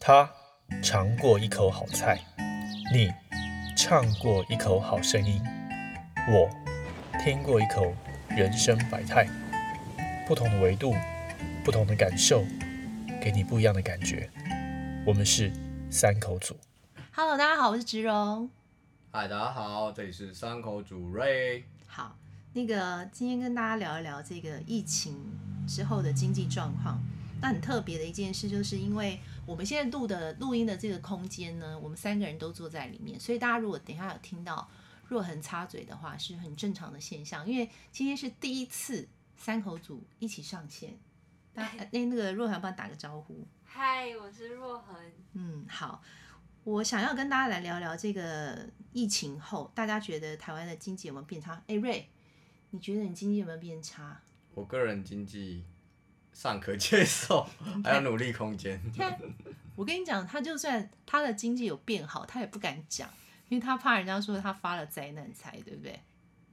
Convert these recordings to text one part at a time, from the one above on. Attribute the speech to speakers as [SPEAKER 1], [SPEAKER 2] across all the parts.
[SPEAKER 1] 他尝过一口好菜，你唱过一口好声音，我听过一口人生百态。不同的维度，不同的感受，给你不一样的感觉。我们是三口组。
[SPEAKER 2] Hello，大家好，我是植荣。
[SPEAKER 3] 嗨，大家好，这里是山口主瑞。
[SPEAKER 2] 好，那个今天跟大家聊一聊这个疫情之后的经济状况。那很特别的一件事，就是因为我们现在录的录音的这个空间呢，我们三个人都坐在里面，所以大家如果等一下有听到若痕插嘴的话，是很正常的现象。因为今天是第一次三口组一起上线，大家哎那那个若涵帮你打个招呼。
[SPEAKER 4] 嗨，我是若恒。
[SPEAKER 2] 嗯，好，我想要跟大家来聊聊这个疫情后，大家觉得台湾的经济有没有变差？哎，瑞，你觉得你经济有没有变差？
[SPEAKER 3] 我个人经济尚可 接受，还有努力空间。
[SPEAKER 2] 我跟你讲，他就算他的经济有变好，他也不敢讲，因为他怕人家说他发了灾难财，对不对？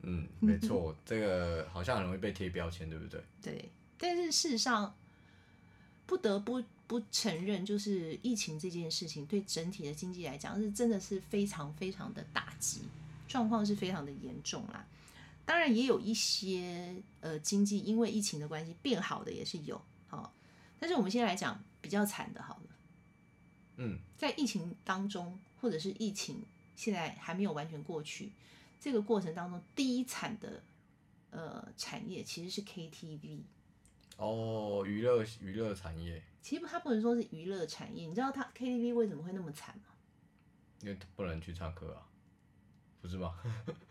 [SPEAKER 3] 嗯，没错，这个好像很容易被贴标签，对不对？
[SPEAKER 2] 对，但是事实上，不得不不承认，就是疫情这件事情对整体的经济来讲是真的是非常非常的打击，状况是非常的严重啦。当然也有一些呃经济因为疫情的关系变好的也是有，好、哦，但是我们先来讲比较惨的，好了，
[SPEAKER 3] 嗯，
[SPEAKER 2] 在疫情当中，或者是疫情现在还没有完全过去，这个过程当中第一惨的呃产业其实是 KTV。
[SPEAKER 3] 哦，娱乐娱乐产业，
[SPEAKER 2] 其实它不能说是娱乐产业，你知道它 KTV 为什么会那么惨吗？
[SPEAKER 3] 因为不能去唱歌啊，不是吗？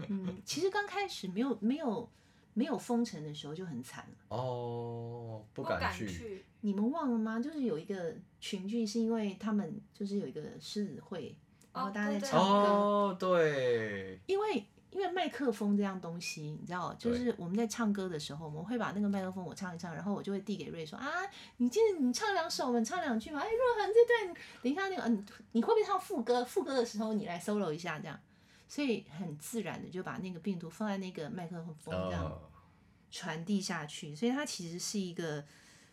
[SPEAKER 2] 嗯，其实刚开始没有没有没有封城的时候就很惨了。
[SPEAKER 3] 哦，不
[SPEAKER 4] 不
[SPEAKER 3] 敢
[SPEAKER 4] 敢
[SPEAKER 3] 去。
[SPEAKER 4] 去，
[SPEAKER 2] 你们忘了吗？就是有一个群聚，是因为他们就是有一个狮子会，然后大家在
[SPEAKER 4] 对
[SPEAKER 2] 唱歌，
[SPEAKER 3] 哦，对，
[SPEAKER 2] 因为因为麦克风这样东西，你知道，就是我们在唱歌的时候，我们会把那个麦克风我唱一唱，然后我就会递给瑞说啊，你记得你唱两首，我们唱两句嘛。哎，若涵这段，等一下那个，嗯，你会不会唱副歌？副歌的时候你来 solo 一下，这样，所以很自然的就把那个病毒放在那个麦克风哦这样
[SPEAKER 3] 呃，
[SPEAKER 2] 传递下去，所以它其实是一个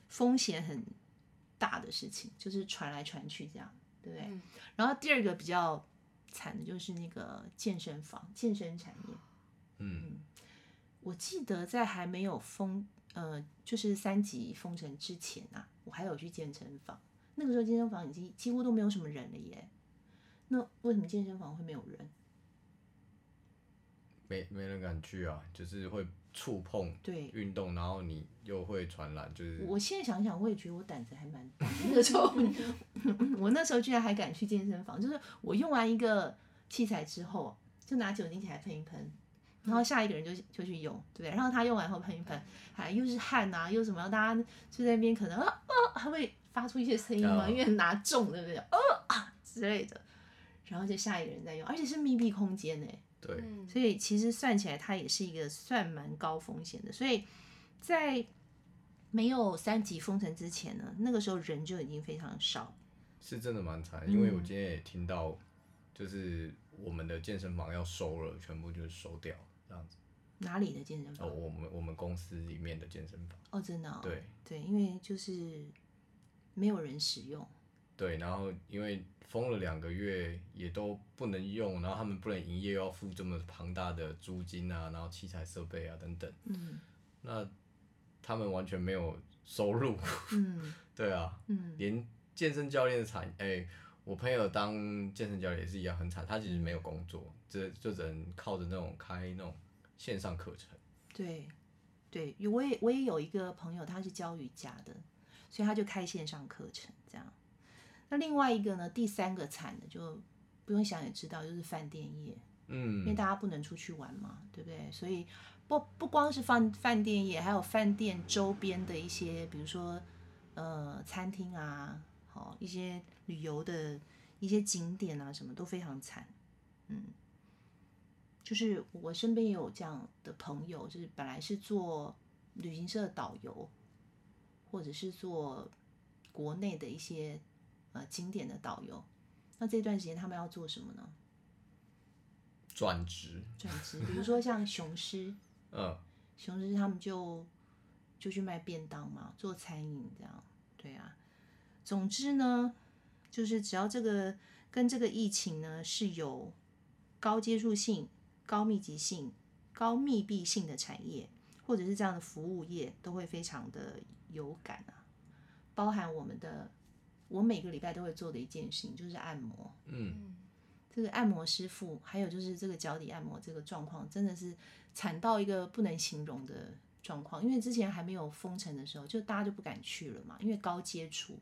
[SPEAKER 2] 风险很大的事情，就是传来传去这样，对不对？
[SPEAKER 4] 嗯
[SPEAKER 2] 然后第二个比较惨的就是那个健身房、健身产业。
[SPEAKER 3] 嗯，
[SPEAKER 2] 我记得在还没有封，呃，就是三级封城之前啊，我还有去健身房。那个时候健身房已经几乎都没有什么人了耶。那为什么健身房会没有人？
[SPEAKER 3] 没没人敢去啊，就是会触碰
[SPEAKER 2] 对
[SPEAKER 3] 运动，然后你又会传染，就是
[SPEAKER 2] 我现在想想，我也觉得我胆子还蛮大。那个时候， 我那时候居然还敢去健身房，就是我用完一个器材之后，就拿酒精起来喷一喷，然后下一个人就就去用，对不对？然后他用完后喷一喷，哎，又是汗啊，又什么，大家就在那边可能啊啊，还会发出一些声音嘛，
[SPEAKER 3] 啊
[SPEAKER 2] 因为拿重，对不对？呃啊之类的，然后就下一个人在用，而且是密闭空间呢、
[SPEAKER 3] 对，
[SPEAKER 4] 嗯，
[SPEAKER 2] 所以其实算起来，它也是一个算蛮高风险的。所以在没有三级封城之前呢，那个时候人就已经非常少。
[SPEAKER 3] 是真的蛮惨，因为我
[SPEAKER 2] 嗯
[SPEAKER 3] 今天也听到，就是我们的健身房要收了，全部就是收掉这样子。
[SPEAKER 2] 哪里的健身
[SPEAKER 3] 哦，
[SPEAKER 2] 房？
[SPEAKER 3] 我们我们公司里面的健身房，
[SPEAKER 2] 哦，真的、哦。
[SPEAKER 3] 对
[SPEAKER 2] 对，因为就是没有人使用。
[SPEAKER 3] 对，然后因为封了两个月，也都不能用，然后他们不能营业，又要付这么庞大的租金啊，然后器材设备啊等等，
[SPEAKER 2] 嗯
[SPEAKER 3] 那他们完全没有收入，
[SPEAKER 2] 嗯
[SPEAKER 3] 对啊，
[SPEAKER 2] 嗯
[SPEAKER 3] 连健身教练的产，哎、我朋友当健身教练也是一样很惨，他其实没有工作，只就只能靠着那种开那种线上课程。
[SPEAKER 2] 对对，我也我也有一个朋友，他是教瑜伽的，所以他就开线上课程这样。那另外一个呢，第三个惨的就不用想也知道，就是饭店业。因为
[SPEAKER 3] 嗯，
[SPEAKER 2] 大家不能出去玩嘛，对不对？所以不不光是饭饭店业，还有饭店周边的一些，比如说呃餐厅啊，好、一些旅游的一些景点啊，什么都非常惨。嗯，就是我身边也有这样的朋友，就是本来是做旅行社的导游，或者是做国内的一些呃景点的导游，那这段时间他们要做什么呢？
[SPEAKER 3] 转职，
[SPEAKER 2] 转职，比如说像雄狮，
[SPEAKER 3] 嗯，
[SPEAKER 2] 雄狮他们就就去卖便当嘛，做餐饮这样，对啊。总之呢，就是只要这个跟这个疫情呢是有高接触性、高密集性、高密闭性的产业，或者是这样的服务业，都会非常的有感啊。包含我们的，我每个礼拜都会做的一件事情就是按摩。
[SPEAKER 3] 嗯，
[SPEAKER 4] 嗯，
[SPEAKER 2] 这个按摩师傅，还有就是这个脚底按摩这个状况，真的是惨到一个不能形容的状况。因为之前还没有封城的时候，就大家就不敢去了嘛，因为高接触。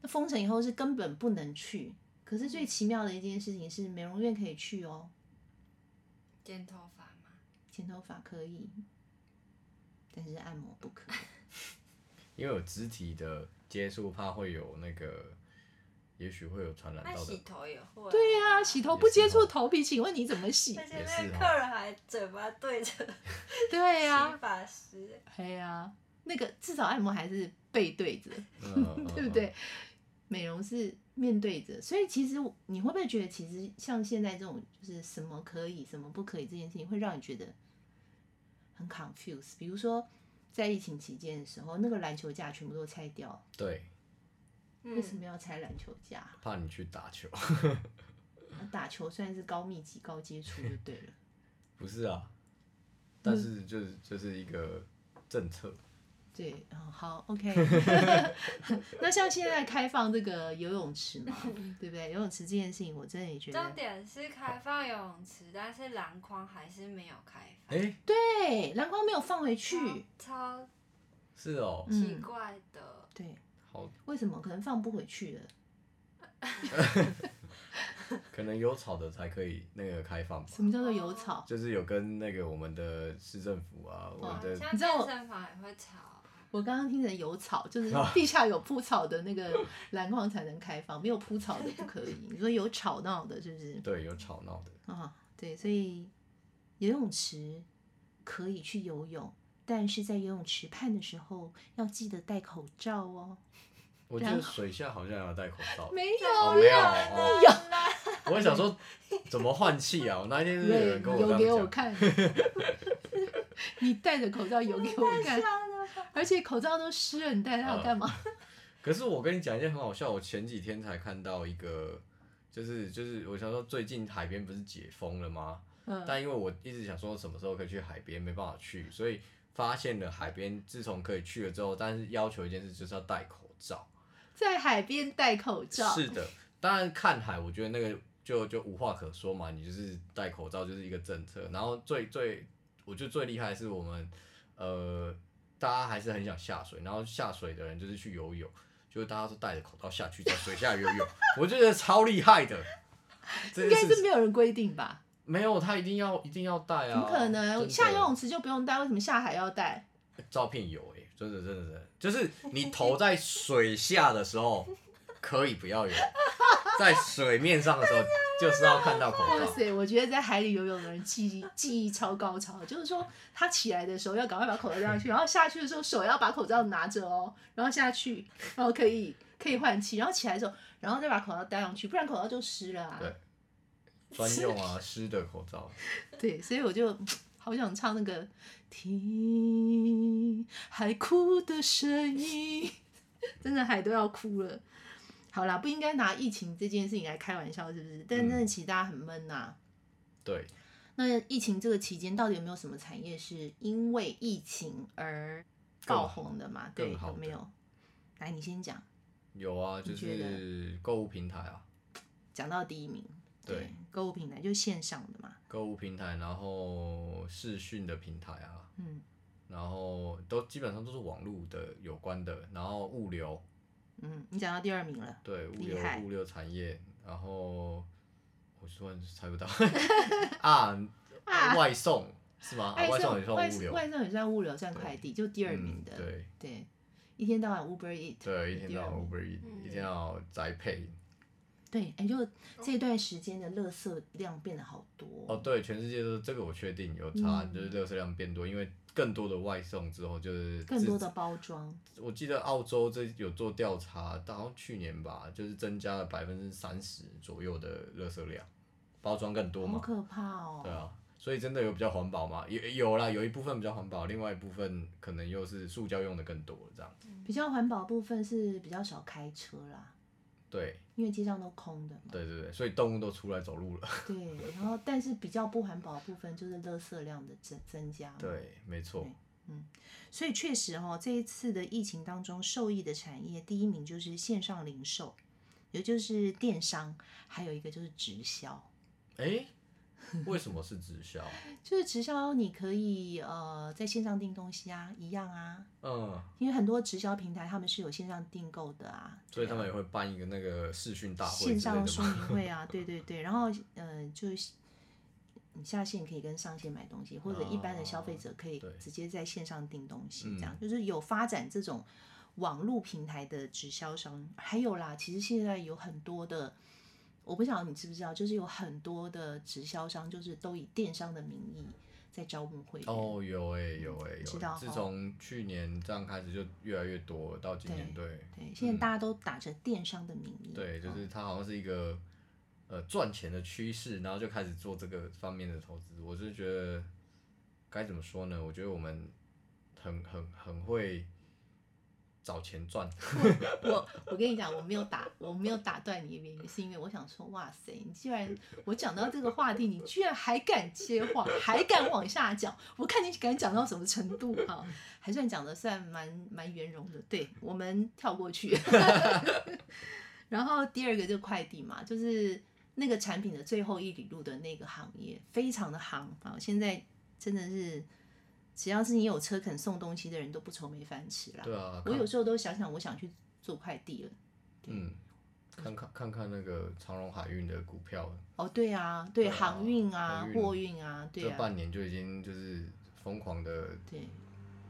[SPEAKER 2] 那封城以后是根本不能去，可是最奇妙的一件事情是，美容院可以去哦，
[SPEAKER 4] 剪头发嘛，
[SPEAKER 2] 剪头发可以，但是按摩不可以。
[SPEAKER 3] 因为有肢体的接触，怕会有那个，也许会有传染
[SPEAKER 4] 那
[SPEAKER 3] 到的
[SPEAKER 4] 洗。头也会、啊
[SPEAKER 2] 对呀、洗头不接触头皮，请问你怎么洗
[SPEAKER 4] 而？且
[SPEAKER 3] 也
[SPEAKER 4] 那
[SPEAKER 3] 是
[SPEAKER 4] 个
[SPEAKER 3] 哦
[SPEAKER 4] 客人还嘴巴对着
[SPEAKER 2] 对啊呀、
[SPEAKER 4] 洗发师，
[SPEAKER 2] 哎呀、那个至少按摩还是背对着。
[SPEAKER 3] 嗯，
[SPEAKER 2] 对不对？美容是面对着，所以其实我你会不会觉得，其实像现在这种就是什么可以、什么不可以这件事情，会让你觉得很 confused。比如说在疫情期间的时候，那个篮球架全部都拆掉，
[SPEAKER 3] 嗯？对，
[SPEAKER 4] 嗯
[SPEAKER 2] 为什么要拆篮球架？
[SPEAKER 3] 怕你去打球。
[SPEAKER 2] 那打球虽然是高密集、高接触就对了，
[SPEAKER 3] 不是啊，但
[SPEAKER 2] 嗯
[SPEAKER 3] 是就是就是一个政策。
[SPEAKER 2] 对，哦、好，OK。那像现在开放这个游泳池嘛，对不对？游泳池这件事情，我真的也觉得
[SPEAKER 4] 重点是开放游泳池，但是篮筐还是没有开放，
[SPEAKER 3] 哎、
[SPEAKER 2] 对篮筐没有放回去，
[SPEAKER 4] 超超
[SPEAKER 3] 是哦，
[SPEAKER 2] 哦嗯
[SPEAKER 4] 奇怪的。
[SPEAKER 2] 对。
[SPEAKER 3] 好，
[SPEAKER 2] 为什么？可能放不回去了，
[SPEAKER 3] 可能有草的才可以那个开放吧，
[SPEAKER 2] 什么叫做有草？
[SPEAKER 3] 就是有跟那个我们的市政府啊，我
[SPEAKER 4] 哦
[SPEAKER 3] 们的
[SPEAKER 4] 像
[SPEAKER 2] 你知道
[SPEAKER 4] 健
[SPEAKER 2] 我
[SPEAKER 4] 身房也会吵啊，
[SPEAKER 2] 我刚刚听成有草，就是
[SPEAKER 3] 啊
[SPEAKER 2] 地下有铺草的那个篮筐才能开放，没有铺草的不可以。你说有吵闹的，是不是？
[SPEAKER 3] 对有吵闹的，
[SPEAKER 2] 啊、对，所以游泳池可以去游泳，但是在游泳池畔的时候要记得戴口罩哦。
[SPEAKER 3] 我记得水下好像要戴口罩，
[SPEAKER 2] 没
[SPEAKER 3] 哦
[SPEAKER 2] 有
[SPEAKER 3] 没有
[SPEAKER 2] 啦，
[SPEAKER 3] 哦，
[SPEAKER 2] 有
[SPEAKER 3] 我也想说怎么换气啊？我那一天是有人跟我
[SPEAKER 2] 有
[SPEAKER 3] 这
[SPEAKER 2] 给我
[SPEAKER 3] 样讲，
[SPEAKER 2] 看， 你戴着口罩有给我看，而且口罩都湿了，你戴它干嘛？
[SPEAKER 3] 可是我跟你讲一件很好笑，我前几天才看到一个，就是就是我想说最近海边不是解封了吗？
[SPEAKER 2] 嗯，
[SPEAKER 3] 但因为我一直想说什么时候可以去海边，没办法去，所以发现了海边自从可以去了之后，但是要求一件事就是要戴口罩。
[SPEAKER 2] 在海边戴口罩，
[SPEAKER 3] 是的，当然看海，我觉得那个就就无话可说嘛，你就是戴口罩就是一个政策。然后最最，我觉得最厉害的是我们呃，大家还是很想下水，然后下水的人就是去游泳，就是大家都戴着口罩下去在水下游泳， 我就觉得超厉害的。这
[SPEAKER 2] 应
[SPEAKER 3] 件
[SPEAKER 2] 该
[SPEAKER 3] 事
[SPEAKER 2] 是
[SPEAKER 3] 情
[SPEAKER 2] 没有人规定吧？
[SPEAKER 3] 没有，他一定要一定要戴啊！
[SPEAKER 2] 怎么可能？
[SPEAKER 3] 真的
[SPEAKER 2] 下游泳池就不用带，为什么下海要带？
[SPEAKER 3] 照片有哎、真的真的真的，就是你头在水下的时候 可以不要有，在水面上的时候就是要看到口
[SPEAKER 2] 哇
[SPEAKER 3] 罩。
[SPEAKER 2] 塞，我觉得在海里游泳的人记忆记忆超高超，就是说他起来的时候要赶快把口罩戴上去，然后下去的时候手要把口罩拿着哦， 然后下去，然后可以可以换气，然后起来的时候，然后再把口罩戴上去，不然口罩就湿了啊。
[SPEAKER 3] 对专用啊，湿的口罩。
[SPEAKER 2] 对，所以我就好想唱那个听海哭的声音，真的海都要哭了。好啦，不应该拿疫情这件事情来开玩笑，是不是？但真的，
[SPEAKER 3] 嗯
[SPEAKER 2] 其实大家很闷呐、
[SPEAKER 3] 对，
[SPEAKER 2] 那疫情这个期间，到底有没有什么产业是因为疫情而爆红的嘛？对，
[SPEAKER 3] 更好
[SPEAKER 2] 有
[SPEAKER 3] 的
[SPEAKER 2] 没有？来，你先讲，
[SPEAKER 3] 有啊，就
[SPEAKER 2] 你觉
[SPEAKER 3] 是
[SPEAKER 2] 得
[SPEAKER 3] 购物平台啊，
[SPEAKER 2] 讲到第一名。
[SPEAKER 3] 对，
[SPEAKER 2] 购物平台就线上的嘛，
[SPEAKER 3] 购物平台，然后视讯的平台啊，
[SPEAKER 2] 嗯
[SPEAKER 3] 然后都基本上都是网络的有关的，然后物流，
[SPEAKER 2] 嗯，你讲到第二名了，
[SPEAKER 3] 对，物
[SPEAKER 2] 厉
[SPEAKER 3] 流
[SPEAKER 2] 害
[SPEAKER 3] 物流产业，然后我突然猜不到 啊，
[SPEAKER 2] 啊
[SPEAKER 3] 外送是吗？啊外送也
[SPEAKER 2] 外
[SPEAKER 3] 算物流，
[SPEAKER 2] 外送也算物流，算
[SPEAKER 3] 对
[SPEAKER 2] 快递，就第二名的。
[SPEAKER 3] 嗯、对
[SPEAKER 2] 对，一天到晚 Uber Eat。
[SPEAKER 3] 对，一天到晚
[SPEAKER 2] 第二名
[SPEAKER 3] Uber Eat，、
[SPEAKER 4] 嗯
[SPEAKER 3] 一天到晚宅配。
[SPEAKER 2] 对，哎，就这段时间的垃圾量变得好多。
[SPEAKER 3] 哦，对，全世界都这个我确定有差，
[SPEAKER 2] 嗯
[SPEAKER 3] 就是热色量变多，因为更多的外送之后就是
[SPEAKER 2] 更多
[SPEAKER 3] 自
[SPEAKER 2] 的包装，
[SPEAKER 3] 我记得澳洲这有做调查，好像去年吧，就是增加了百分之三十左右的热色量，包装更多
[SPEAKER 2] 好
[SPEAKER 3] 嘛，
[SPEAKER 2] 可怕哦。
[SPEAKER 3] 对啊，所以真的有比较环保吗？有有啦，有一部分比较环保，另外一部分可能又是塑胶用的更多了这样子。
[SPEAKER 2] 比较环保部分是比较少开车啦，
[SPEAKER 3] 对
[SPEAKER 2] 因为街上都空的嘛。
[SPEAKER 3] 对对对，所以动物都出来走路了。
[SPEAKER 2] 对，然后但是比较不环保的部分就是垃圾量的增增加。，
[SPEAKER 3] 对，没错，
[SPEAKER 2] 所以确实哈、哦，这一次的疫情当中，受益的产业第一名就是线上零售，也就是电商，还有一个就是直销。
[SPEAKER 3] 哎，为什么是直销？
[SPEAKER 2] 就是直销，你可以呃在线上订东西啊，一样啊，
[SPEAKER 3] 嗯，
[SPEAKER 2] 因为很多直销平台他们是有线上订购的啊，
[SPEAKER 3] 所以他
[SPEAKER 2] 对啊
[SPEAKER 3] 们也会办一个那个视讯大会
[SPEAKER 2] 线
[SPEAKER 3] 之类
[SPEAKER 2] 上
[SPEAKER 3] 的
[SPEAKER 2] 说
[SPEAKER 3] 吗？
[SPEAKER 2] 明会啊，对对对，然后呃就是你下线可以跟上线买东西，或者一般的消费者可以
[SPEAKER 3] 哦对
[SPEAKER 2] 直接在线上订东西，
[SPEAKER 3] 嗯
[SPEAKER 2] 这样、就是有发展这种网络平台的直销商，还有啦，其实现在有很多的。我不晓得你知不知道，就是有很多的直销商，就是都以电商的名义在招募会员。
[SPEAKER 3] 哦，有哎、有哎、有
[SPEAKER 2] 知
[SPEAKER 3] 欸
[SPEAKER 2] 道
[SPEAKER 3] 自
[SPEAKER 2] 哈
[SPEAKER 3] 从去年这样开始，就越来越多了，到今年对
[SPEAKER 2] 对，现在
[SPEAKER 3] 嗯
[SPEAKER 2] 大家都打着电商的名义，
[SPEAKER 3] 对，就
[SPEAKER 2] 哦
[SPEAKER 3] 是它好像是一个呃赚钱的趋势，然后就开始做这个方面的投资。我是觉得该怎么说呢？我觉得我们很很很会找钱 赚，
[SPEAKER 2] 我我跟你讲，我没有打，我没有打断你的原因，是因为我想说，哇塞，你居然我讲到这个话题，你居然还敢接话，还敢往下讲，我看你敢讲到什么程度啊？还算讲的算蛮蛮圆融的，对我们跳过去。然后第二个就是快递嘛，就是那个产品的最后一里路的那个行业，非常的行啊！现在真的是，只要是你有车肯送东西的人都不愁没饭吃啦。
[SPEAKER 3] 对啊。
[SPEAKER 2] 我
[SPEAKER 3] 看
[SPEAKER 2] 有时候都想想，我想去做快递了。
[SPEAKER 3] 嗯，看看看看那个长荣海运的股票，
[SPEAKER 2] 哦，对啊，对，
[SPEAKER 3] 对啊
[SPEAKER 2] 航运啊
[SPEAKER 3] 航，运
[SPEAKER 2] 货运啊，对
[SPEAKER 3] 这
[SPEAKER 2] 啊，
[SPEAKER 3] 半年就已经就是疯狂的，
[SPEAKER 2] 对。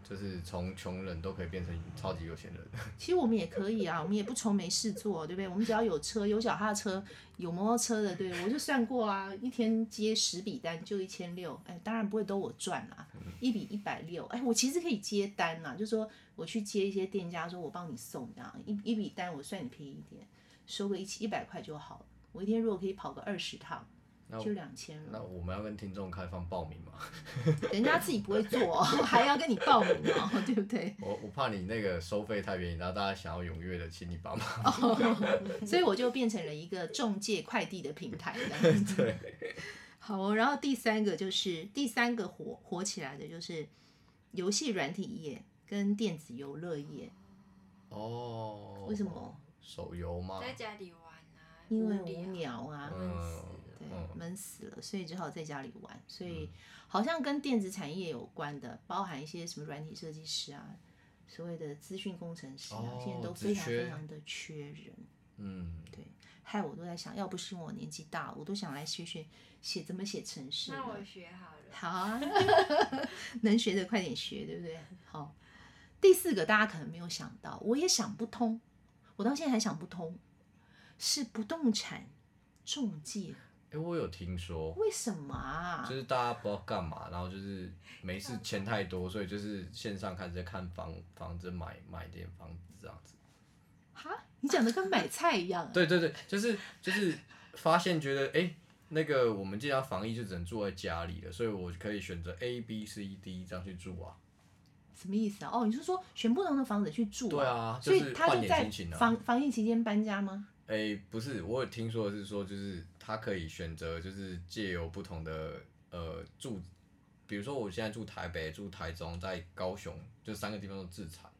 [SPEAKER 3] 就是从穷人都可以变成超级有钱人。
[SPEAKER 2] 其实我们也可以啊，我们也不愁没事做，对不对？我们只要有车、有脚踏车、有摩托车的，对我就算过啊，一天接十笔单就一千六，哎，当然不会都我赚啦，
[SPEAKER 3] 嗯
[SPEAKER 2] 一笔一百六，哎，我其实可以接单啦，就说我去接一些店家，说我帮你送这样，一一笔单我算你便宜一点，收个一一百块就好了。我一天如果可以跑个二十趟，
[SPEAKER 3] 那
[SPEAKER 2] 就两千了
[SPEAKER 3] 那。我们要跟听众开放报名吗？
[SPEAKER 2] 人家自己不会做、哦， 还要跟你报名哦，对不对？
[SPEAKER 3] 我我怕你那个收费太便宜，然后大家想要踊跃的，请你 帮忙。
[SPEAKER 2] 哦所以我就变成了一个中介快递的平台这样子。
[SPEAKER 3] 对，
[SPEAKER 2] 好哦，然后第三个就是第三个火火起来的就是游戏软体业跟电子游乐业，
[SPEAKER 3] 哦，
[SPEAKER 2] 为什么？
[SPEAKER 3] 手游吗？
[SPEAKER 4] 在家里玩啊，
[SPEAKER 2] 因为
[SPEAKER 4] 无
[SPEAKER 2] 无
[SPEAKER 4] 聊，
[SPEAKER 2] 聊啊，
[SPEAKER 4] 闷死了。
[SPEAKER 2] 对
[SPEAKER 3] 嗯，
[SPEAKER 2] 闷死了，所以只好在家里玩。所以好像跟电子产业有关的，包含一些什么软体设计师啊，所谓的资讯工程师啊，
[SPEAKER 3] 哦
[SPEAKER 2] 现在都
[SPEAKER 3] 职
[SPEAKER 2] 非常
[SPEAKER 3] 缺
[SPEAKER 2] 非常的缺人。
[SPEAKER 3] 嗯，
[SPEAKER 2] 害我都在想，要不是因为我年纪大了，我都想来学学写怎么写程式
[SPEAKER 4] 那
[SPEAKER 2] 了。
[SPEAKER 4] 我学好了。
[SPEAKER 2] 好啊， 能学的快点学，对不对？好，第四个大家可能没有想到，我也想不通，我到现在还想不通，是不动产中介，
[SPEAKER 3] 哎、我有听说，
[SPEAKER 2] 为什么啊
[SPEAKER 3] 就？是大家不知道干嘛，然后就是没事钱太多，所以就是线上开始在看房房子买买点房子这样子。
[SPEAKER 2] 哈，你讲的跟买菜一样、啊。
[SPEAKER 3] 对对对，就是就是发现觉得哎、诶那个我们既然防疫就只能住在家里了，所以我可以选择 A B C D 这样去住啊。
[SPEAKER 2] 什么意思啊？哦，你是说选不同的房子去住、
[SPEAKER 3] 对啊
[SPEAKER 2] 所
[SPEAKER 3] 就
[SPEAKER 2] 以
[SPEAKER 3] 是
[SPEAKER 2] 他
[SPEAKER 3] 换
[SPEAKER 2] 就
[SPEAKER 3] 点
[SPEAKER 2] 在
[SPEAKER 3] 心情啊
[SPEAKER 2] 防防疫期间搬家吗？
[SPEAKER 3] 哎、不是，我有听说的是说，就是他可以选择，就是借由不同的呃住，比如说我现在住台北、住台中、在高雄，就三个地方都自产，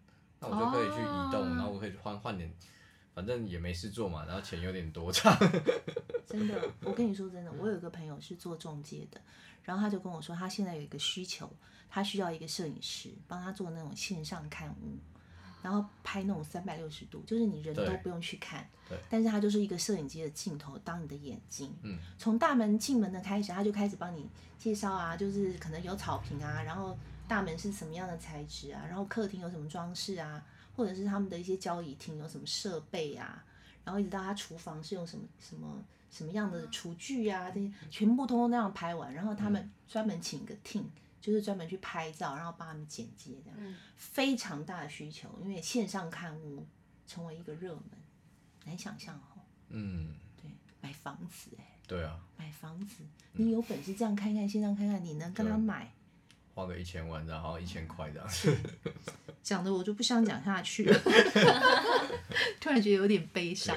[SPEAKER 3] 那我就可以去移动，
[SPEAKER 2] 哦
[SPEAKER 3] 然后我可以换换点，反正也没事做嘛，然后钱有点多这样。
[SPEAKER 2] 真的，我跟你说真的，我有一个朋友是做中介的，然后他就跟我说，他现在有一个需求，他需要一个摄影师帮他做那种线上看屋，然后拍那种三百六十度，就是你人都
[SPEAKER 3] 对
[SPEAKER 2] 不用去看
[SPEAKER 3] 对，
[SPEAKER 2] 但是他就是一个摄影机的镜头当你的眼睛，
[SPEAKER 3] 嗯，
[SPEAKER 2] 从大门进门的开始，他就开始帮你介绍啊，就是可能有草坪啊，然后大门是什么样的材质啊，然后客厅有什么装饰啊，或者是他们的一些交易厅有什么设备啊，然后一直到他厨房是用什么什么什么样的厨具啊，这些全部通通那样拍完，然后他们专门请一个 team，就是专门去拍照，然后帮他们剪接这样，
[SPEAKER 4] 嗯，
[SPEAKER 2] 非常大的需求，因为线上看屋成为一个热门，难想象哦，
[SPEAKER 3] 嗯，
[SPEAKER 2] 对，买房子哎、
[SPEAKER 3] 对啊，
[SPEAKER 2] 买房子，你有本事这样看看，线上看看，你能跟他
[SPEAKER 3] 对
[SPEAKER 2] 买？
[SPEAKER 3] 花个一千万，然后一千块这样。
[SPEAKER 2] 讲的我就不想讲下去了，突然觉得有点悲伤。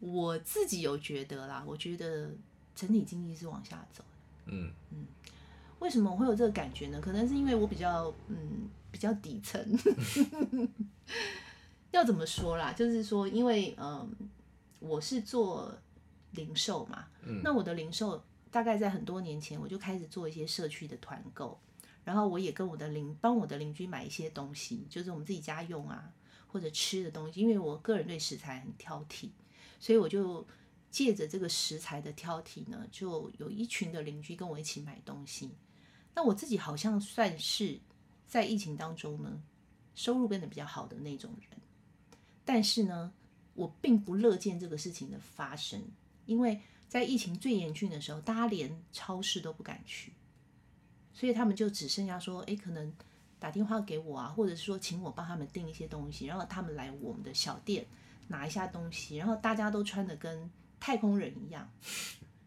[SPEAKER 2] 我自己有觉得啦，我觉得整体经济是往下走的。
[SPEAKER 3] 嗯
[SPEAKER 2] 为什么我会有这个感觉呢？可能是因为我比较嗯比较底层， 要怎么说啦？就是说，因为嗯我是做零售嘛，
[SPEAKER 3] 嗯
[SPEAKER 2] 那我的零售大概在很多年前我就开始做一些社区的团购，然后我也跟我的邻帮我的邻居买一些东西，就是我们自己家用啊或者吃的东西，因为我个人对食材很挑剔，所以我就借着这个食材的挑剔呢，就有一群的邻居跟我一起买东西。那我自己好像算是在疫情当中呢，收入变得比较好的那种人，但是呢，我并不乐见这个事情的发生，因为在疫情最严峻的时候，大家连超市都不敢去，所以他们就只剩下说，诶，哎可能打电话给我啊，或者是说请我帮他们订一些东西，然后他们来我们的小店拿一下东西，然后大家都穿的跟太空人一样，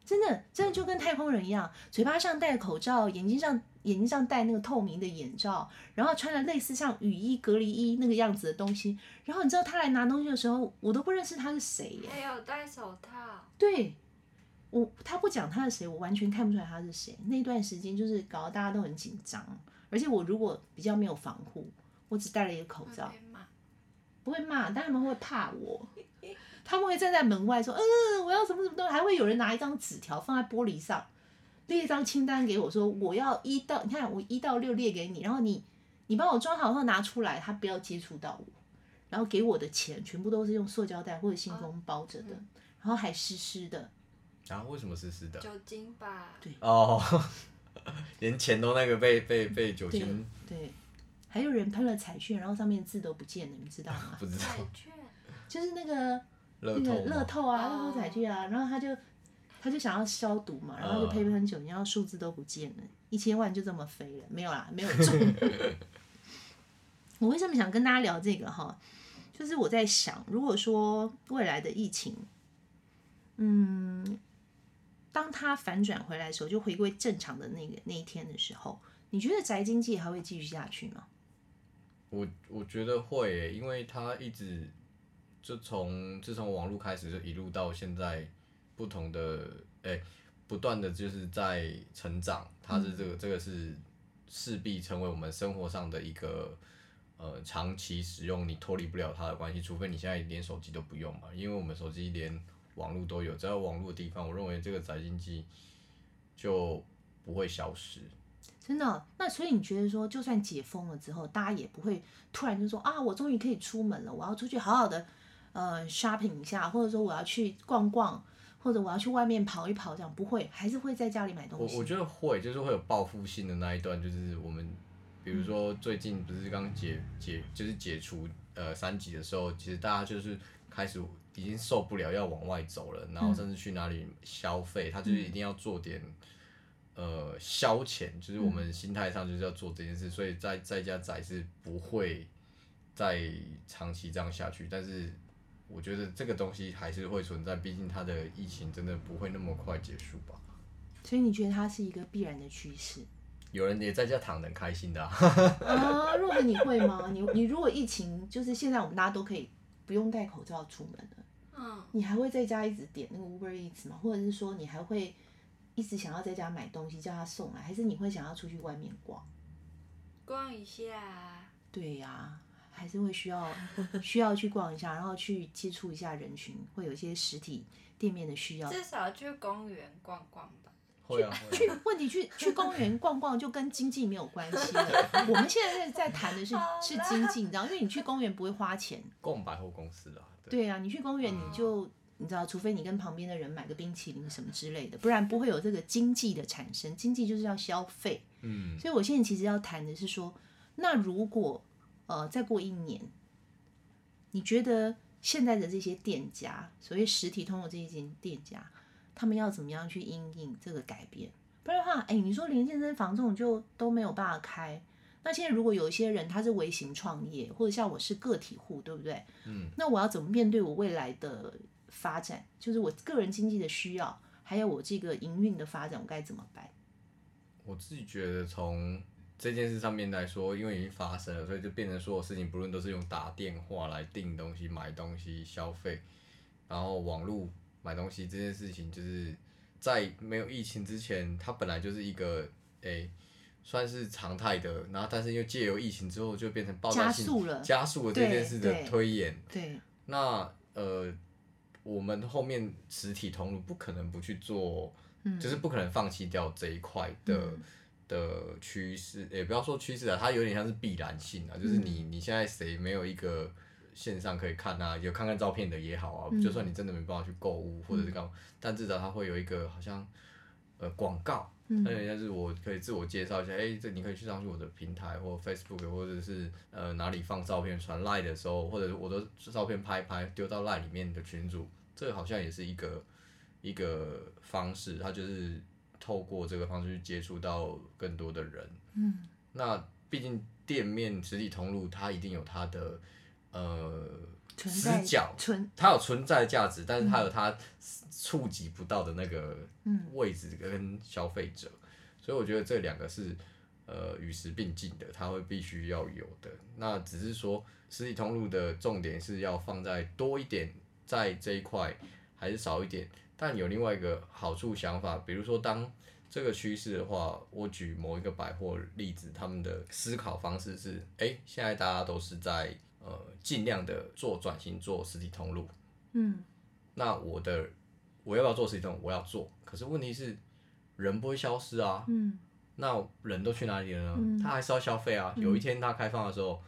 [SPEAKER 2] 真的真的就跟太空人一样，嘴巴上戴口罩，眼睛上眼睛上戴那个透明的眼罩，然后穿了类似像雨衣、隔离衣那个样子的东西，然后你知道他来拿东西的时候，我都不认识他是谁耶。
[SPEAKER 4] 还有戴手套，
[SPEAKER 2] 对我，他不讲他是谁，我完全看不出来他是谁。那段时间就是搞得大家都很紧张，而且我如果比较没有防护，我只戴了一个口罩
[SPEAKER 4] 会，被骂。
[SPEAKER 2] 不会骂，但他们会怕我，他们会站在门外说：“嗯，我要什么什么东西。”还会有人拿一张纸条放在玻璃上，列一张清单给我说：“我要一到，你看我一到六列给你，然后你你帮我装好后拿出来，他不要接触到我。”然后给我的钱全部都是用塑胶袋或者信封包着的，
[SPEAKER 4] 嗯
[SPEAKER 2] 然后还湿湿的。
[SPEAKER 3] 啊，为什么是湿的？
[SPEAKER 4] 酒精吧，
[SPEAKER 2] 对
[SPEAKER 3] 哦， 连钱都那个被被被酒
[SPEAKER 2] 对
[SPEAKER 3] 精
[SPEAKER 2] 对，还有人喷了彩券，然后上面字都不见了，你们知道吗
[SPEAKER 3] 不？知道
[SPEAKER 4] 彩券，
[SPEAKER 2] 就是那个
[SPEAKER 3] 乐
[SPEAKER 2] 那个
[SPEAKER 3] 透
[SPEAKER 2] 乐透
[SPEAKER 3] 吗
[SPEAKER 2] 啊，乐
[SPEAKER 4] 哦
[SPEAKER 2] 透彩券啊，然后他就他就想要消毒嘛，然后就
[SPEAKER 3] 嗯
[SPEAKER 2] 喷喷酒精，然后数字都不见了，一千万就这么飞了，没有啦，没有中。 我为什么想跟大家聊这个哈？就是我在想，如果说未来的疫情，嗯，当它反转回来的时候，就回归正常的那个那一天的时候，你觉得宅经济还会继续下去吗？
[SPEAKER 3] 我我觉得会耶，因为他一直就从自从网络开始，就一路到现在不同的哎、不断的就是在成长。它是这个、这个是势必成为我们生活上的一个呃长期使用，你脱离不了它的关系，除非你现在连手机都不用嘛，因为我们手机连网络都有，只要有网络的地方，我认为这个宅经济就不会消失。
[SPEAKER 2] 真的哦，那所以你觉得说，就算解封了之后，大家也不会突然就说啊，我终于可以出门了，我要出去好好的呃 shopping 一下，或者说我要去逛逛，或者我要去外面跑一跑，这样不会，还是会在家里买东
[SPEAKER 3] 我
[SPEAKER 2] 西。
[SPEAKER 3] 我觉得会，就是会有报复性的那一段，就是我们，比如说最近不是刚解解就是解除呃三级的时候，其实大家就是开始已经受不了要往外走了，
[SPEAKER 2] 嗯
[SPEAKER 3] 然后甚至去哪里消费，他就是一定要做点。呃，消遣就是我
[SPEAKER 2] 嗯
[SPEAKER 3] 们心态上就是要做这件事，所以在在家宅是不会再长期这样下去。但是我觉得这个东西还是会存在，毕竟它的疫情真的不会那么快结束吧。
[SPEAKER 2] 所以你觉得它是一个必然的趋势
[SPEAKER 3] 有人也在家躺得很开心的、啊，
[SPEAKER 2] 啊？若涵，你会吗？你你如果疫情就是现在我们大家都可以不用戴口罩出门了，
[SPEAKER 4] 嗯，
[SPEAKER 2] 你还会在家一直点那个 Uber Eats 吗？或者是说你还会一直想要在家买东西叫他送来，还是你会想要出去外面逛？
[SPEAKER 4] 逛一下啊，
[SPEAKER 2] 对呀、还是会需要需要去逛一下，然后去接触一下人群，会有一些实体店面的需要。
[SPEAKER 4] 至少去公园逛逛吧。
[SPEAKER 3] 会啊，会啊
[SPEAKER 2] 问题 去去公园逛逛就跟经济没有关系了。我们现在在谈的是
[SPEAKER 4] 好啦
[SPEAKER 2] 是经济，你知道，因为你去公园不会花钱。
[SPEAKER 3] 逛百货公司啊，对，
[SPEAKER 2] 对啊，你去公园你就你知道，除非你跟旁边的人买个冰淇淋什么之类的，不然不会有这个经济的产生。经济就是要消费。
[SPEAKER 3] 嗯，
[SPEAKER 2] 所以我现在其实要谈的是说，那如果呃再过一年，你觉得现在的这些店家，所谓实体通路这些店店家，他们要怎么样去因应这个改变？不然的话，哎，你说连健身房这种就都没有办法开。那现在如果有一些人他是微型创业，或者像我是个体户，对不对？
[SPEAKER 3] 嗯，
[SPEAKER 2] 那我要怎么面对我未来的发展？就是我个人经济的需要，还有我这个营运的发展，我该怎么办？
[SPEAKER 3] 我自己觉得从这件事上面来说，因为已经发生了，所以就变成所有事情，不论都是用打电话来订东西、买东西、消费，然后网络买东西这件事情，就是在没有疫情之前，它本来就是一个诶、
[SPEAKER 2] 嗯
[SPEAKER 3] 算是常态的，然后但是又借由疫情之后就变成爆炸性
[SPEAKER 2] 加速了
[SPEAKER 3] 加速了这件事的
[SPEAKER 2] 对对
[SPEAKER 3] 推演，
[SPEAKER 2] 对，
[SPEAKER 3] 那呃，我们后面实体通路不可能不去做，
[SPEAKER 2] 嗯，
[SPEAKER 3] 就是不可能放弃掉这一块的、
[SPEAKER 2] 嗯
[SPEAKER 3] 的趋势，也不要说趋势啊，它有点像是必然性啊，
[SPEAKER 2] 嗯
[SPEAKER 3] 就是你你现在谁没有一个线上可以看啊，有看看照片的也好啊，
[SPEAKER 2] 嗯
[SPEAKER 3] 就算你真的没办法去购物或者是干嘛，但至少它会有一个好像呃广告，
[SPEAKER 2] 嗯
[SPEAKER 3] 那人家是我可以自我介绍一下，哎、这你可以去上去我的平台或 Facebook，或者是呃哪里放照片传 Line 的时候，或者是我的照片拍一拍丢到 Line 里面的群组，这个好像也是一个一个方式，它就是透过这个方式去接触到更多的人。
[SPEAKER 2] 嗯
[SPEAKER 3] 那毕竟店面实体通路，它一定有它的呃
[SPEAKER 2] 存
[SPEAKER 3] 死
[SPEAKER 2] 在
[SPEAKER 3] 角，
[SPEAKER 2] 存
[SPEAKER 3] 它有存在的价值，但是它有它触及不到的那个
[SPEAKER 2] 嗯
[SPEAKER 3] 位置跟消费者，所以我觉得这两个是呃与时并进的，它会必须要有的。那只是说实体通路的重点是要放在多一点在这一块，还是少一点？但有另外一个好处想法，比如说当这个趋势的话，我举某一个百货例子，他们的思考方式是：哎、现在大家都是在呃尽量的做转型，做实体通路。
[SPEAKER 2] 嗯
[SPEAKER 3] 那我的我要不要做实体通路？我要做。可是问题是，人不会消失啊。
[SPEAKER 2] 嗯
[SPEAKER 3] 那人都去哪里了呢？
[SPEAKER 2] 嗯
[SPEAKER 3] 他还是要消费啊。有一天他开放的时候，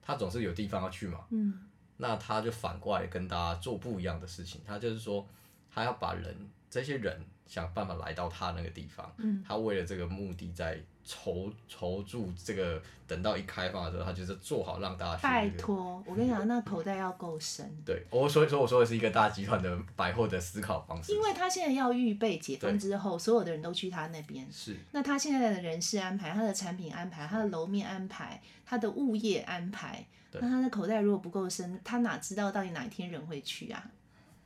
[SPEAKER 3] 他总是有地方要去嘛。
[SPEAKER 2] 嗯
[SPEAKER 3] 那他就反过来跟大家做不一样的事情，他就是说，他要把人这些人想办法来到他那个地方，
[SPEAKER 2] 嗯
[SPEAKER 3] 他为了这个目的在筹筹住这个，等到一开放的时候，他就是做好让大家去、
[SPEAKER 2] 拜
[SPEAKER 3] 这个
[SPEAKER 2] 托，我跟你讲，那口袋要够深，
[SPEAKER 3] 对，我所以说我说的是一个大集团的百货的思考方式，
[SPEAKER 2] 因为他现在要预备解封
[SPEAKER 3] 对
[SPEAKER 2] 之后，所有的人都去他那边。
[SPEAKER 3] 是
[SPEAKER 2] 那他现在的人事安排、他的产品安排、他的楼面安排、他的物业安排，
[SPEAKER 3] 对
[SPEAKER 2] 那他的口袋如果不够深，他哪知道到底哪一天人会去啊？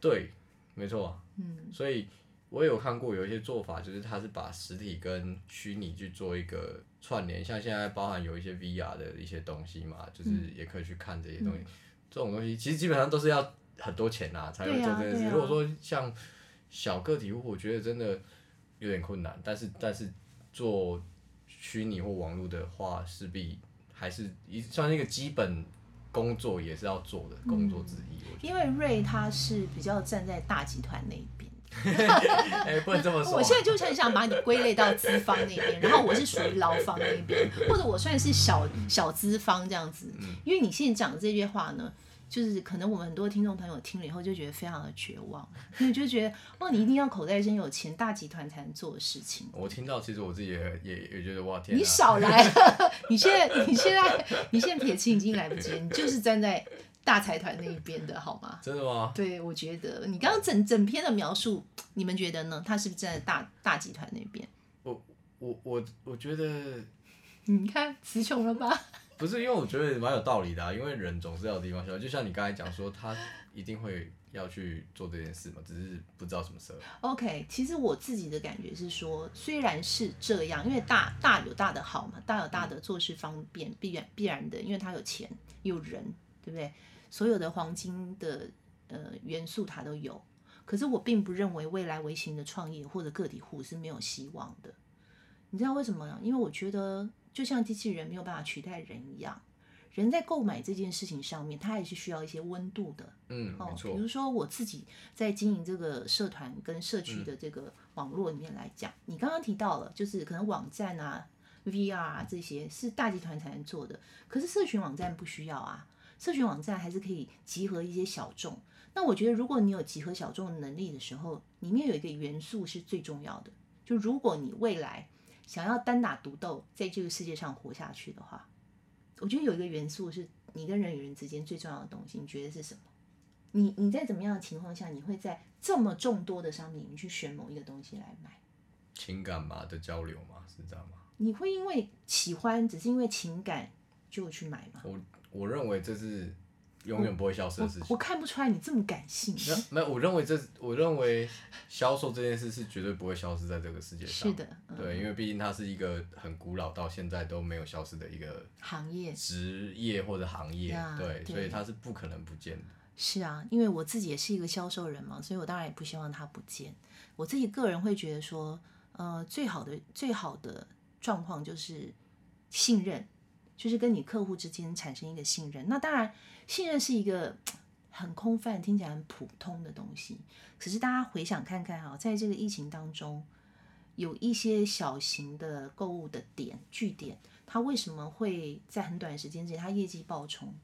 [SPEAKER 3] 对，没错啊。
[SPEAKER 2] 嗯
[SPEAKER 3] 所以我也有看过有一些做法，就是它是把实体跟虚拟去做一个串联，像现在包含有一些 VR 的一些东西嘛，就是
[SPEAKER 2] 嗯
[SPEAKER 3] 也可以去看这些东西。这种东西其实基本上都是要很多钱呐、才会
[SPEAKER 2] 对
[SPEAKER 3] 做
[SPEAKER 2] 啊
[SPEAKER 3] 这件事。
[SPEAKER 2] 对啊
[SPEAKER 3] 如果说像小个体户，我觉得真的有点困难，但是但是做虚拟或网络的话，势必还是一算是一个基本。工作也是要做的工作之一，我觉得。
[SPEAKER 2] 因为瑞他是比较站在大集团那一边，
[SPEAKER 3] 哎、不能这么说。
[SPEAKER 2] 我现在就是很想把你归类到资方那边，然后我是属于劳方那边，或者我算是小
[SPEAKER 3] 嗯
[SPEAKER 2] 小资方这样子。因为你现在讲的这句话呢，就是可能我们很多听众朋友听了以后就觉得非常的绝望，因为就觉得哇，你一定要口袋真有钱，大集团才能做的事情。
[SPEAKER 3] 我听到，其实我自己也也也觉得哇天、啊，
[SPEAKER 2] 你少来， 你现在你现在你现在撇清已经来不及了，你就是站在大财团那一边的好吗？
[SPEAKER 3] 真的吗？
[SPEAKER 2] 对，我觉得你刚刚整整篇的描述，你们觉得呢？他是不是站在大大集团那边？
[SPEAKER 3] 我我我觉得
[SPEAKER 2] 你看词穷了吧？
[SPEAKER 3] 不是，因为我觉得蛮有道理的、啊，因为人总是要有地方消，就像你刚才讲说，他一定会要去做这件事嘛，只是不知道什么时候。
[SPEAKER 2] OK，其实我自己的感觉是说，虽然是这样，因为大大有大的好嘛，大有大的做事方便，必然必然的，因为他有钱有人，对不对？所有的黄金的呃元素它都有。可是我并不认为未来微型的创业或者个体户是没有希望的。你知道为什么呢？因为我觉得就像机器人没有办法取代人一样，人在购买这件事情上面，它也是需要一些温度的。
[SPEAKER 3] 嗯，没
[SPEAKER 2] 哦，
[SPEAKER 3] 错
[SPEAKER 2] 比，如说我自己在经营这个社团跟社区
[SPEAKER 3] 嗯
[SPEAKER 2] 的这个网络里面来讲，你刚刚提到了，就是可能网站啊、VR 啊这些是大集团才能做的，可是社群网站不需要啊，社群网站还是可以集合一些小众。那我觉得，如果你有集合小众的能力的时候，里面有一个元素是最重要的，就如果你未来想要单打独斗在这个世界上活下去的话，我觉得有一个元素是你跟人与人之间最重要的东西，你觉得是什么？你你在怎么样的情况下，你会在这么众多的商品里面去选某一个东西来买？
[SPEAKER 3] 情感嘛的交流嘛，是这样吗？
[SPEAKER 2] 你会因为喜欢，只是因为情感就去买吗？
[SPEAKER 3] 我我认为这是永远不会消失的
[SPEAKER 2] 我
[SPEAKER 3] 事情
[SPEAKER 2] 我。看不出来你这么感性。
[SPEAKER 3] 那没有，我认为这是，我认为销售这件事是绝对不会消失在这个世界上。
[SPEAKER 2] 是的，嗯、
[SPEAKER 3] 对，因为毕竟它是一个很古老到现在都没有消失的一个
[SPEAKER 2] 行业
[SPEAKER 3] 职业或者行业
[SPEAKER 2] 呀
[SPEAKER 3] 对，
[SPEAKER 2] 对
[SPEAKER 3] 所以它是不可能不见的。
[SPEAKER 2] 是啊，因为我自己也是一个销售人嘛，所以我当然也不希望它不见。我自己个人会觉得说，呃，最好的最好的状况就是信任，就是跟你客户之间产生一个信任。那当然，信任是一个很空泛、听起来很普通的东西，可是大家回想看看啊，在这个疫情当中，有一些小型的购物的点据点，它为什么会在很短的时间之内它业绩爆冲？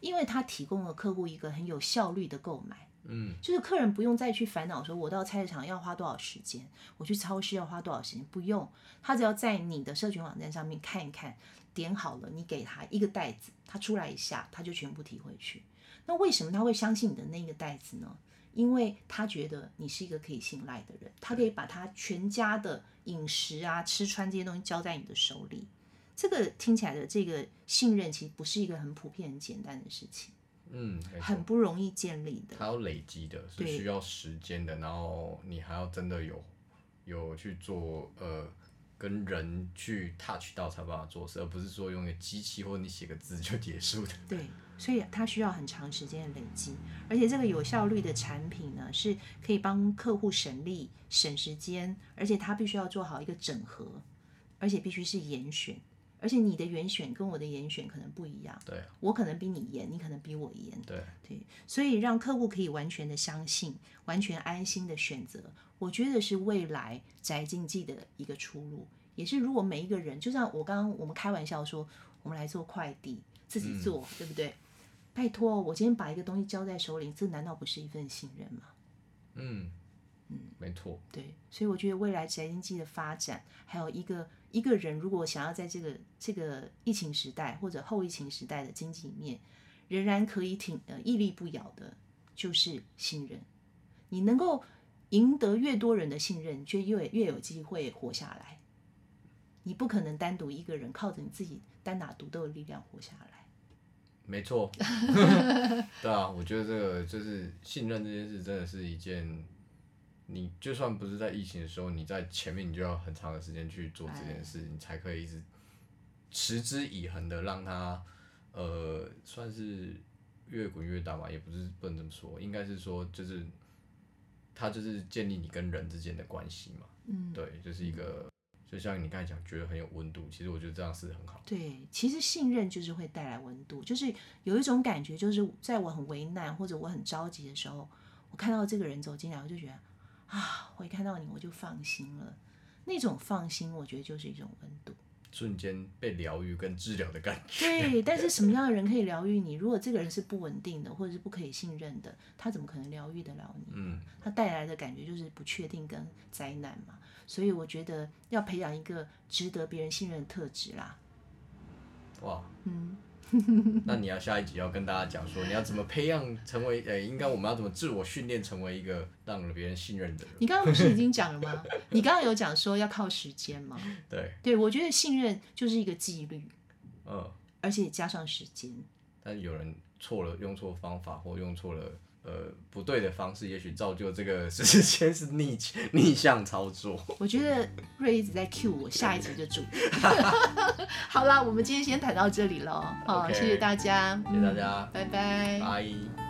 [SPEAKER 2] 因为它提供了客户一个很有效率的购买，
[SPEAKER 3] 嗯，
[SPEAKER 2] 就是客人不用再去烦恼说我到菜市场要花多少时间，我去超市要花多少时间，不用，他只要在你的社群网站上面看一看，点好了，你给他一个袋子，他出来一下，他就全部提回去。那为什么他会相信你的那个袋子呢？因为他觉得你是一个可以信赖的人，他可以把他全家的饮食啊、吃穿这些东西交在你的手里。这个听起来的这个信任，其实不是一个很普遍、很简单的事情，
[SPEAKER 3] 嗯，没错
[SPEAKER 2] 很不容易建立的。
[SPEAKER 3] 它要累积的，是
[SPEAKER 2] 对
[SPEAKER 3] 需要时间的，然后你还要真的有有去做呃跟人去 touch 到才把它做事，而不是说用一个机器或者你写个字就结束的。
[SPEAKER 2] 对，所以它需要很长时间的累积，而且这个有效率的产品呢，是可以帮客户省力、省时间，而且它必须要做好一个整合，而且必须是严选，而且你的严选跟我的严选可能不一样，
[SPEAKER 3] 对啊
[SPEAKER 2] 我可能比你严，你可能比我严，
[SPEAKER 3] 对，
[SPEAKER 2] 对，所以让客户可以完全的相信、完全安心的选择，我觉得是未来宅经济的一个出路，也是如果每一个人，就像我刚刚我们开玩笑说，我们来做快递，自己
[SPEAKER 3] 嗯
[SPEAKER 2] 做，对不对？拜托，我今天把一个东西交在手里，这难道不是一份信任吗？
[SPEAKER 3] 嗯嗯，没错，
[SPEAKER 2] 对，所以我觉得未来宅经济的发展，还有一个一个人如果想要在这个这个疫情时代或者后疫情时代的经济里面，仍然可以挺呃屹立不摇的，就是信任。你能够赢得越多人的信任，就越越有机会活下来。你不可能单独一个人靠着你自己单打独斗的力量活下来。
[SPEAKER 3] 没错。对啊，我觉得这个就是信任这件事，真的是一件。你就算不是在疫情的时候，你在前面你就要很长的时间去做这件事，你才可以一直持之以恒的让它呃，算是越滚越大吧，也不是不能这么说，应该是说就是它就是建立你跟人之间的关系嘛。
[SPEAKER 2] 嗯，
[SPEAKER 3] 对，就是一个就像你刚才讲，觉得很有温度，其实我觉得这样是很好。
[SPEAKER 2] 对，其实信任就是会带来温度，就是有一种感觉，就是在我很为难或者我很着急的时候，我看到这个人走进来，我就觉得啊，我一看到你我就放心了。那种放心，我觉得就是一种温度。
[SPEAKER 3] 瞬间被疗愈跟治疗的感觉。
[SPEAKER 2] 对，但是什么样的人可以疗愈你？如果这个人是不稳定的，或者是不可以信任的，他怎么可能疗愈得了你？
[SPEAKER 3] 嗯，
[SPEAKER 2] 它带来的感觉就是不确定跟灾难嘛。所以我觉得要培养一个值得别人信任的特质啦。
[SPEAKER 3] 哇，
[SPEAKER 2] 嗯。
[SPEAKER 3] 那你要下一集要跟大家讲说，你要怎么培养成为，呃、应该我们要怎么自我训练成为一个让别人信任的人？
[SPEAKER 2] 你刚刚不是已经讲了吗？ 你刚刚有讲说要靠时间吗？
[SPEAKER 3] 对，
[SPEAKER 2] 对，我觉得信任就是一个纪律，
[SPEAKER 3] 嗯，
[SPEAKER 2] 而且加上时间。
[SPEAKER 3] 但有人错了，用错方法或用错了。呃，不对的方式，也许造就这个 时间是逆逆向操作。
[SPEAKER 2] 我觉得瑞一直在 cue 我下一集的主题。 好啦，我们今天先谈到这里了，好
[SPEAKER 3] OK
[SPEAKER 2] 谢谢大家，
[SPEAKER 3] 谢谢大家
[SPEAKER 2] 嗯拜拜
[SPEAKER 3] 拜。